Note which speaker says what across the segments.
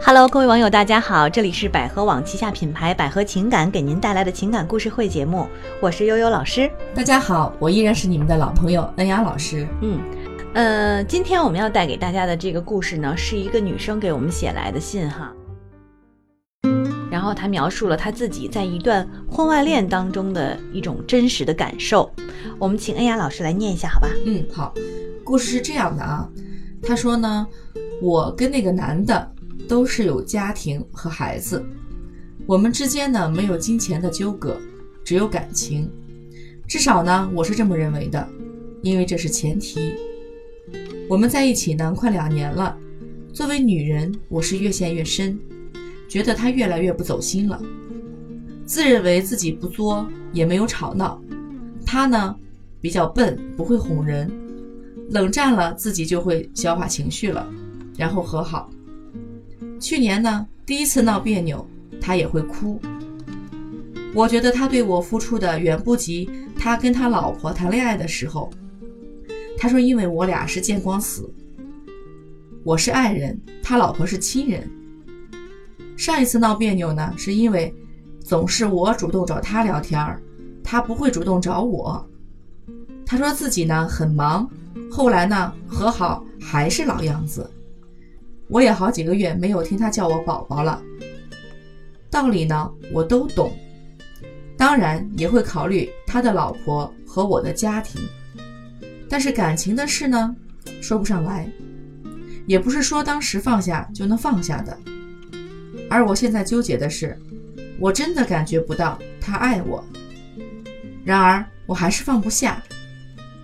Speaker 1: Hello，各位网友，大家好，这里是百合网旗下品牌百合情感给您带来的情感故事会节目，我是悠悠老师。
Speaker 2: 大家好，我依然是你们的老朋友恩雅老师。
Speaker 1: 嗯，呃，今天我们要带给大家的这个故事呢，是一个女生给我们写来的信哈。然后她描述了她自己在一段婚外恋当中的一种真实的感受。我们请恩雅老师来念一下，好吧？
Speaker 2: 嗯，好，故事是这样的啊，他说呢，我跟那个男的都是有家庭和孩子，我们之间呢没有金钱的纠葛，只有感情，至少呢我是这么认为的，因为这是前提。我们在一起呢快两年了，作为女人，我是越陷越深，觉得他越来越不走心了，自认为自己不作，也没有吵闹，他呢比较笨，不会哄人，冷战了自己就会消化情绪了，然后和好。去年呢，第一次闹别扭，他也会哭。我觉得他对我付出的远不及他跟他老婆谈恋爱的时候。他说，因为我俩是见光死，我是爱人，他老婆是亲人。上一次闹别扭呢，是因为总是我主动找他聊天儿，他不会主动找我。他说自己呢很忙，后来呢和好还是老样子。我也好几个月没有听他叫我宝宝了。道理呢我都懂，当然也会考虑他的老婆和我的家庭，但是感情的事呢说不上来，也不是说当时放下就能放下的。而我现在纠结的是，我真的感觉不到他爱我，然而我还是放不下。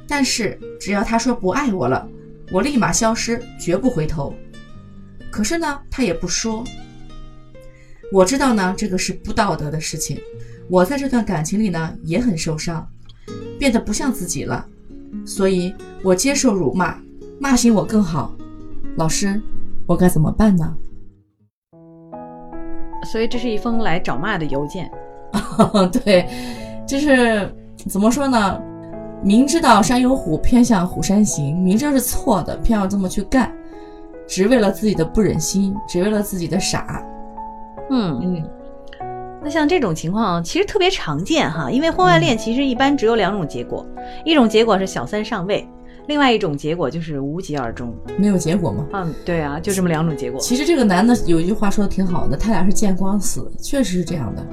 Speaker 2: 但是只要他说不爱我了，我立马消失，绝不回头。可是呢，他也不说。我知道呢，这个是不道德的事情。我在这段感情里呢，也很受伤，变得不像自己了。所以我接受辱骂，骂醒我更好。老师，我该怎么办呢？
Speaker 1: 所以这是一封来找骂的邮件。
Speaker 2: 对，就是怎么说呢？明知道山有虎，偏向虎山行；明知道是错的，偏要这么去干，只为了自己的不忍心，只为了自己的傻。
Speaker 1: 嗯，
Speaker 2: 嗯，
Speaker 1: 那像这种情况其实特别常见哈，因为婚外恋其实一般只有两种结果，一种结果是小三上位，另外一种结果就是无疾而终。
Speaker 2: 没有结果嘛。
Speaker 1: 嗯，对啊，就这么两种结果。
Speaker 2: 其实这个男的有一句话说的挺好的，他俩是见光死，确实是这样的。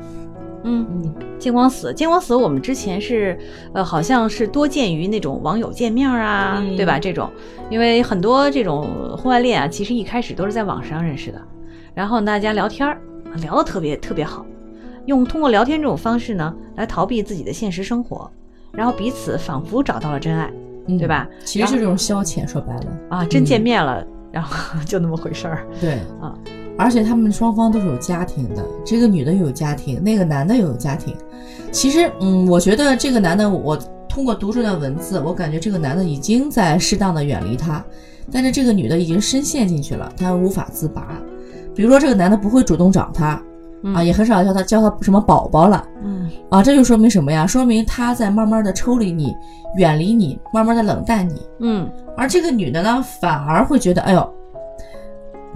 Speaker 1: 嗯，
Speaker 2: 嗯，
Speaker 1: 见光死，见光死，我们之前是呃，好像是多见于那种网友见面啊，
Speaker 2: 嗯
Speaker 1: 对吧？这种，因为很多这种婚外恋啊，其实一开始都是在网上认识的，然后大家聊天儿，聊得特别特别好，用通过聊天这种方式呢，来逃避自己的现实生活，然后彼此仿佛找到了真爱。
Speaker 2: 嗯
Speaker 1: 对吧？
Speaker 2: 其实就是这种消遣，说白了，
Speaker 1: 啊，真见
Speaker 2: 嗯
Speaker 1: 面了，然后 就那么回事儿。
Speaker 2: 对
Speaker 1: 啊。
Speaker 2: 而且他们双方都是有家庭的，这个女的有家庭，那个男的也有家庭。其实，嗯，我觉得这个男的，我通过读这段文字，我感觉这个男的已经在适当的远离她，但是这个女的已经深陷进去了，她无法自拔。比如说，这个男的不会主动找她，
Speaker 1: 嗯
Speaker 2: 啊，也很少叫她叫她什么宝宝了。
Speaker 1: 嗯
Speaker 2: 啊，这就说明什么呀？说明他在慢慢的抽离你，远离你，慢慢的冷淡你。
Speaker 1: 嗯
Speaker 2: 而这个女的呢，反而会觉得，哎呦，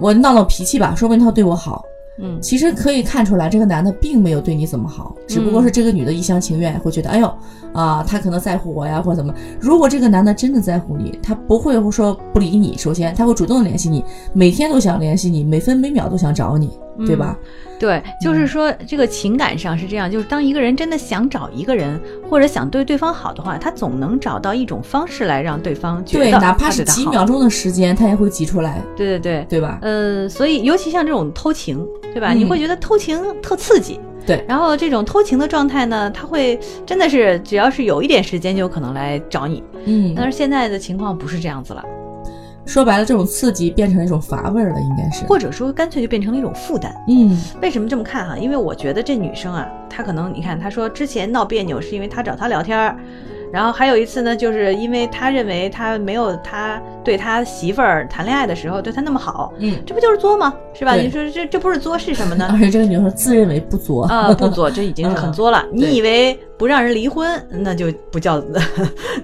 Speaker 2: 我闹闹脾气吧，说不定他对我好。
Speaker 1: 嗯
Speaker 2: 其实可以看出来，这个男的并没有对你怎么好，只不
Speaker 1: 嗯
Speaker 2: 过是这个女的一厢情愿，会觉得，哎呦，啊，他可能在乎我呀，或者怎么。如果这个男的真的在乎你，他不会说不理你，首先他会主动联系你，每天都想联系你，每分每秒都想找你，
Speaker 1: 嗯
Speaker 2: 对吧？
Speaker 1: 对，
Speaker 2: 嗯
Speaker 1: 就是说这个情感上是这样，就是当一个人真的想找一个人，或者想对对方好的话，他总能找到一种方式来让对方觉得
Speaker 2: 对，哪怕
Speaker 1: 他
Speaker 2: 是
Speaker 1: 对他
Speaker 2: 几
Speaker 1: 好
Speaker 2: 秒钟的时间，他也会挤出来，
Speaker 1: 对对对。
Speaker 2: 对吧？
Speaker 1: 呃，所以尤其像这种偷情，对吧？
Speaker 2: 嗯
Speaker 1: 你会觉得偷情特刺激，
Speaker 2: 对
Speaker 1: 然后这种偷情的状态呢，他会真的是只要是有一点时间就有可能来找你。
Speaker 2: 嗯，
Speaker 1: 但是现在的情况不是这样子了，
Speaker 2: 说白了，这种刺激变成一种乏味儿了，应该是。
Speaker 1: 或者说干脆就变成了一种负担。
Speaker 2: 嗯
Speaker 1: 为什么这么看哈、因为我觉得这女生啊，她可能你看，她说之前闹别扭是因为她找他聊天儿，然后还有一次呢，就是因为她认为她没有她对她媳妇儿谈恋爱的时候对她那么好，
Speaker 2: 嗯，
Speaker 1: 这不就是作吗？是吧？
Speaker 2: 对
Speaker 1: 你说这这不是作是什么呢
Speaker 2: 而？且这个女生自认为不作，
Speaker 1: 啊、不作，这已经是很作了。你以为不让人离婚，那就不
Speaker 2: 嗯
Speaker 1: 叫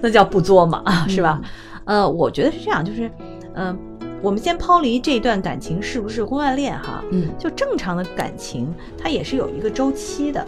Speaker 1: 那叫不作嘛，是吧？呃，我觉得是这样，就是，嗯、我们先抛离这段感情是不是婚外恋哈，
Speaker 2: 嗯，
Speaker 1: 就正常的感情，它也是有一个周期的，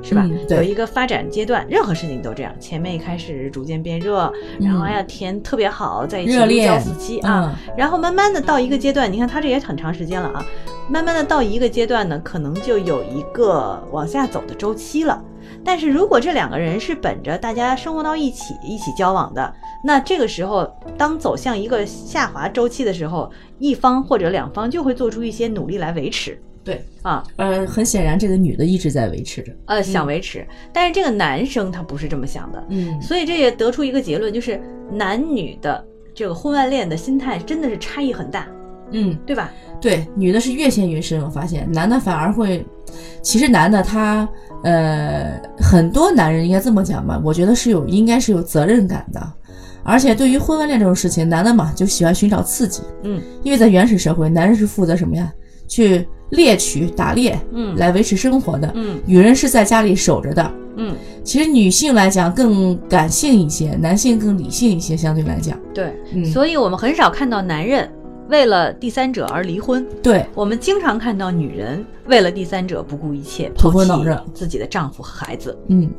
Speaker 1: 是吧？
Speaker 2: 嗯对
Speaker 1: 有一个发展阶段，任何事情都这样，前面一开始逐渐变热，然后
Speaker 2: 嗯
Speaker 1: 哎呀天特别好，在一起
Speaker 2: 热
Speaker 1: 如胶
Speaker 2: 恋嗯
Speaker 1: 似漆啊，然后慢慢的到一个阶段，你看他这也很长时间了啊，慢慢的到一个阶段呢，可能就有一个往下走的周期了。但是如果这两个人是本着大家生活到一起、一起交往的，那这个时候当走向一个下滑周期的时候，一方或者两方就会做出一些努力来维持。
Speaker 2: 对
Speaker 1: 啊，
Speaker 2: 嗯，呃，很显然这个女的一直在维持着，
Speaker 1: 呃，想维持，但是这个男生他不是这么想的，
Speaker 2: 嗯
Speaker 1: 所以这也得出一个结论，就是男女的这个婚外恋的心态真的是差异很大，
Speaker 2: 嗯，
Speaker 1: 对吧？
Speaker 2: 对，女的是越陷越深，我发现男的反而会，其实男的他呃，很多男人应该这么讲吧，我觉得是有应该是有责任感的，而且对于婚外恋这种事情，男的嘛就喜欢寻找刺激，
Speaker 1: 嗯，
Speaker 2: 因为在原始社会，男人是负责什么呀？去猎取、打猎
Speaker 1: 嗯
Speaker 2: 来维持生活的，
Speaker 1: 嗯
Speaker 2: 女人是在家里守着的。
Speaker 1: 嗯，
Speaker 2: 其实女性来讲更感性一些，男性更理性一些，相对来讲，
Speaker 1: 对，
Speaker 2: 嗯，
Speaker 1: 所以我们很少看到男人为了第三者而离婚，
Speaker 2: 对，
Speaker 1: 我们经常看到女人为了第三者不顾一切
Speaker 2: 头
Speaker 1: 抛
Speaker 2: 昏
Speaker 1: 弃
Speaker 2: 脑热
Speaker 1: 自己的丈夫和孩子，
Speaker 2: 嗯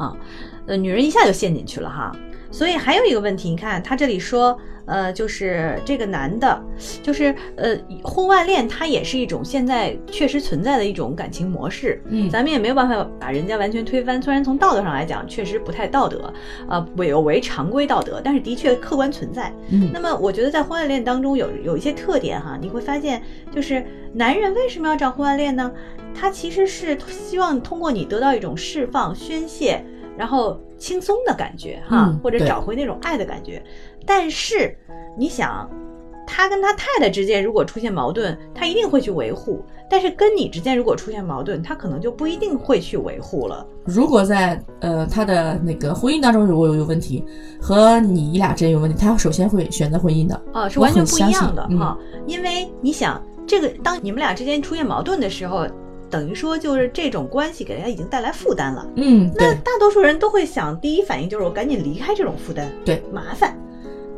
Speaker 1: 呃，女人一下就陷进去了哈。所以还有一个问题，你看他这里说，呃，就是这个男的，就是呃，婚外恋，它也是一种现在确实存在的一种感情模式，
Speaker 2: 嗯，
Speaker 1: 咱们也没有办法把人家完全推翻。虽然从道德上来讲，确实不太道德，啊、违有违常规道德，但是的确客观存在。
Speaker 2: 嗯
Speaker 1: 那么我觉得在婚外恋当中有有一些特点哈，你会发现就是男人为什么要找婚外恋呢？他其实是希望通过你得到一种释放、宣泄，然后轻松的感觉哈，
Speaker 2: 嗯
Speaker 1: 或者
Speaker 2: 对
Speaker 1: 找回那种爱的感觉。但是你想，他跟他太太之间如果出现矛盾，他一定会去维护；但是跟你之间如果出现矛盾，他可能就不一定会去维护了。
Speaker 2: 如果在呃他的那个婚姻当中如果有有问题，和你俩真有问题，他首先会选择婚姻的，
Speaker 1: 啊，是
Speaker 2: 我
Speaker 1: 完全
Speaker 2: 很
Speaker 1: 不
Speaker 2: 相
Speaker 1: 一
Speaker 2: 信
Speaker 1: 样的哈、
Speaker 2: 嗯
Speaker 1: 因为你想，这个当你们俩之间出现矛盾的时候，等于说就是这种关系给人家已经带来负担了。
Speaker 2: 嗯，
Speaker 1: 那
Speaker 2: 对，
Speaker 1: 大多数人都会想，第一反应就是我赶紧离开这种负担，
Speaker 2: 对，
Speaker 1: 麻烦，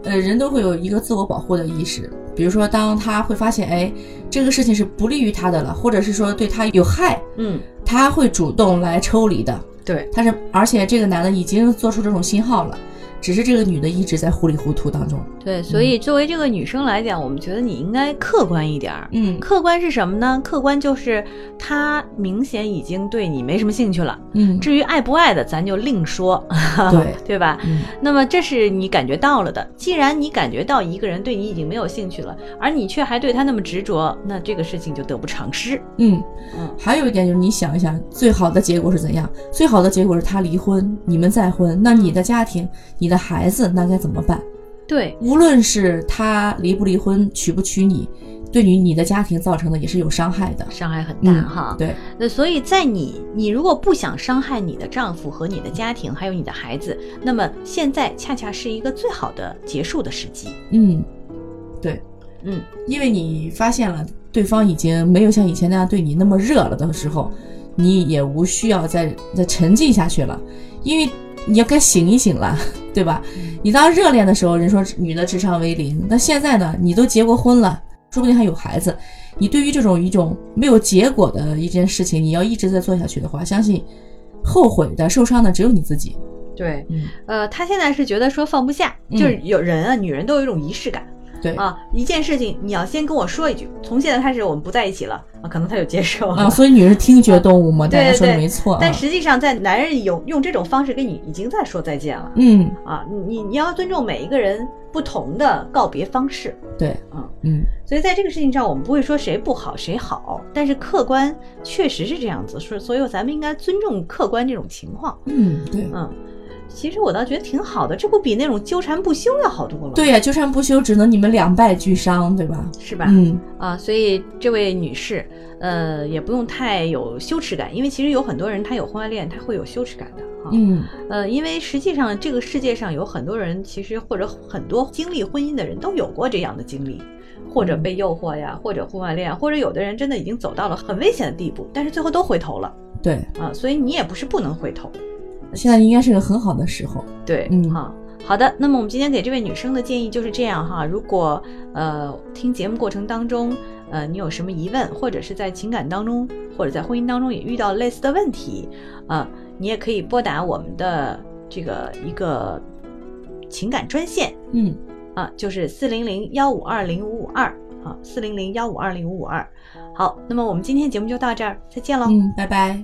Speaker 2: 呃，人都会有一个自我保护的意识，比如说当他会发现，哎，这个事情是不利于他的了，或者是说对他有害，
Speaker 1: 嗯，
Speaker 2: 他会主动来抽离的，
Speaker 1: 对，
Speaker 2: 他是，而且这个男的已经做出这种信号了，只是这个女的一直在糊里糊涂当中。
Speaker 1: 对，所
Speaker 2: 嗯
Speaker 1: 以作为这个女生来讲，我们觉得你应该客观一点儿。
Speaker 2: 嗯
Speaker 1: 客观是什么呢？客观就是他明显已经对你没什么兴趣了。
Speaker 2: 嗯，
Speaker 1: 至于爱不爱的，咱就另说，
Speaker 2: 对，
Speaker 1: 对吧？
Speaker 2: 嗯
Speaker 1: 那么这是你感觉到了的。既然你感觉到一个人对你已经没有兴趣了，而你却还对他那么执着，那这个事情就得不偿失。
Speaker 2: 嗯，
Speaker 1: 嗯，
Speaker 2: 还有一点就是你想一想，最好的结果是怎样？最好的结果是他离婚，你们再婚，那你的家庭、你的孩子那该怎么办？
Speaker 1: 对，
Speaker 2: 无论是他离不离婚、娶不娶你，对于你的家庭造成的也是有伤害的。
Speaker 1: 伤害很大
Speaker 2: 嗯，
Speaker 1: 哈。
Speaker 2: 对，
Speaker 1: 那所以在你你如果不想伤害你的丈夫和你的家庭，还有你的孩子，那么现在恰恰是一个最好的结束的时机。
Speaker 2: 嗯，
Speaker 1: 嗯，
Speaker 2: 因为你发现了对方已经没有像以前那样对你那么热了的时候，你也无需要再再沉浸下去了，因为你要该醒一醒了， 对吧？
Speaker 1: 嗯
Speaker 2: 你当热恋的时候，人说女的智商为零，那现在呢，你都结过婚了，说不定还有孩子，你对于这种一种没有结果的一件事情，你要一直在做下去的话，相信后悔的、受伤的只有你自己。
Speaker 1: 对，
Speaker 2: 嗯，
Speaker 1: 呃，她现在是觉得说放不下，
Speaker 2: 嗯
Speaker 1: 就是有人啊，女人都有一种仪式感。
Speaker 2: 对
Speaker 1: 啊，一件事情你要先跟我说一句，从现在开始我们不在一起了啊，可能她就接受了。
Speaker 2: 啊，所以女人是听觉动物嘛，大
Speaker 1: 对
Speaker 2: 家说的
Speaker 1: 对
Speaker 2: 没错啊。
Speaker 1: 但实际上，在男人有用这种方式跟你已经在说再见了
Speaker 2: 嗯，
Speaker 1: 啊！你你你要尊重每一个人不同的告别方式，
Speaker 2: 对，
Speaker 1: 嗯
Speaker 2: 嗯。
Speaker 1: 所以在这个事情上，我们不会说谁不好谁好，但是客观确实是这样子，所以所以咱们应该尊重客观这种情况。
Speaker 2: 嗯，对，
Speaker 1: 嗯，其实我倒觉得挺好的，这不比那种纠缠不休要好多了，
Speaker 2: 对呀、纠缠不休，只能你们两败俱伤，对吧？
Speaker 1: 是吧？
Speaker 2: 嗯
Speaker 1: 啊，所以这位女士，呃，也不用太有羞耻感，因为其实有很多人他有婚外恋，他会有羞耻感的啊。
Speaker 2: 嗯，
Speaker 1: 呃，因为实际上这个世界上有很多人，其实或者很多经历婚姻的人都有过这样的经历，或者被诱惑呀，或者婚外恋，啊或者有的人真的已经走到了很危险的地步，但是最后都回头了
Speaker 2: 对，
Speaker 1: 啊、所以你也不是不能回头，
Speaker 2: 现在应该是个很好的时候。
Speaker 1: 对，
Speaker 2: 嗯
Speaker 1: 哈、好的，那么我们今天给这位女生的建议就是这样哈。如果呃听节目过程当中，呃你有什么疑问，或者是在情感当中，或者在婚姻当中也遇到类似的问题，啊、你也可以拨打我们的这个一个情感专线
Speaker 2: 嗯，
Speaker 1: 啊、就是四零零幺五二零五五二啊，四零零幺五二零五五二。好，那么我们今天节目就到这儿，再见喽。
Speaker 2: 嗯，拜拜。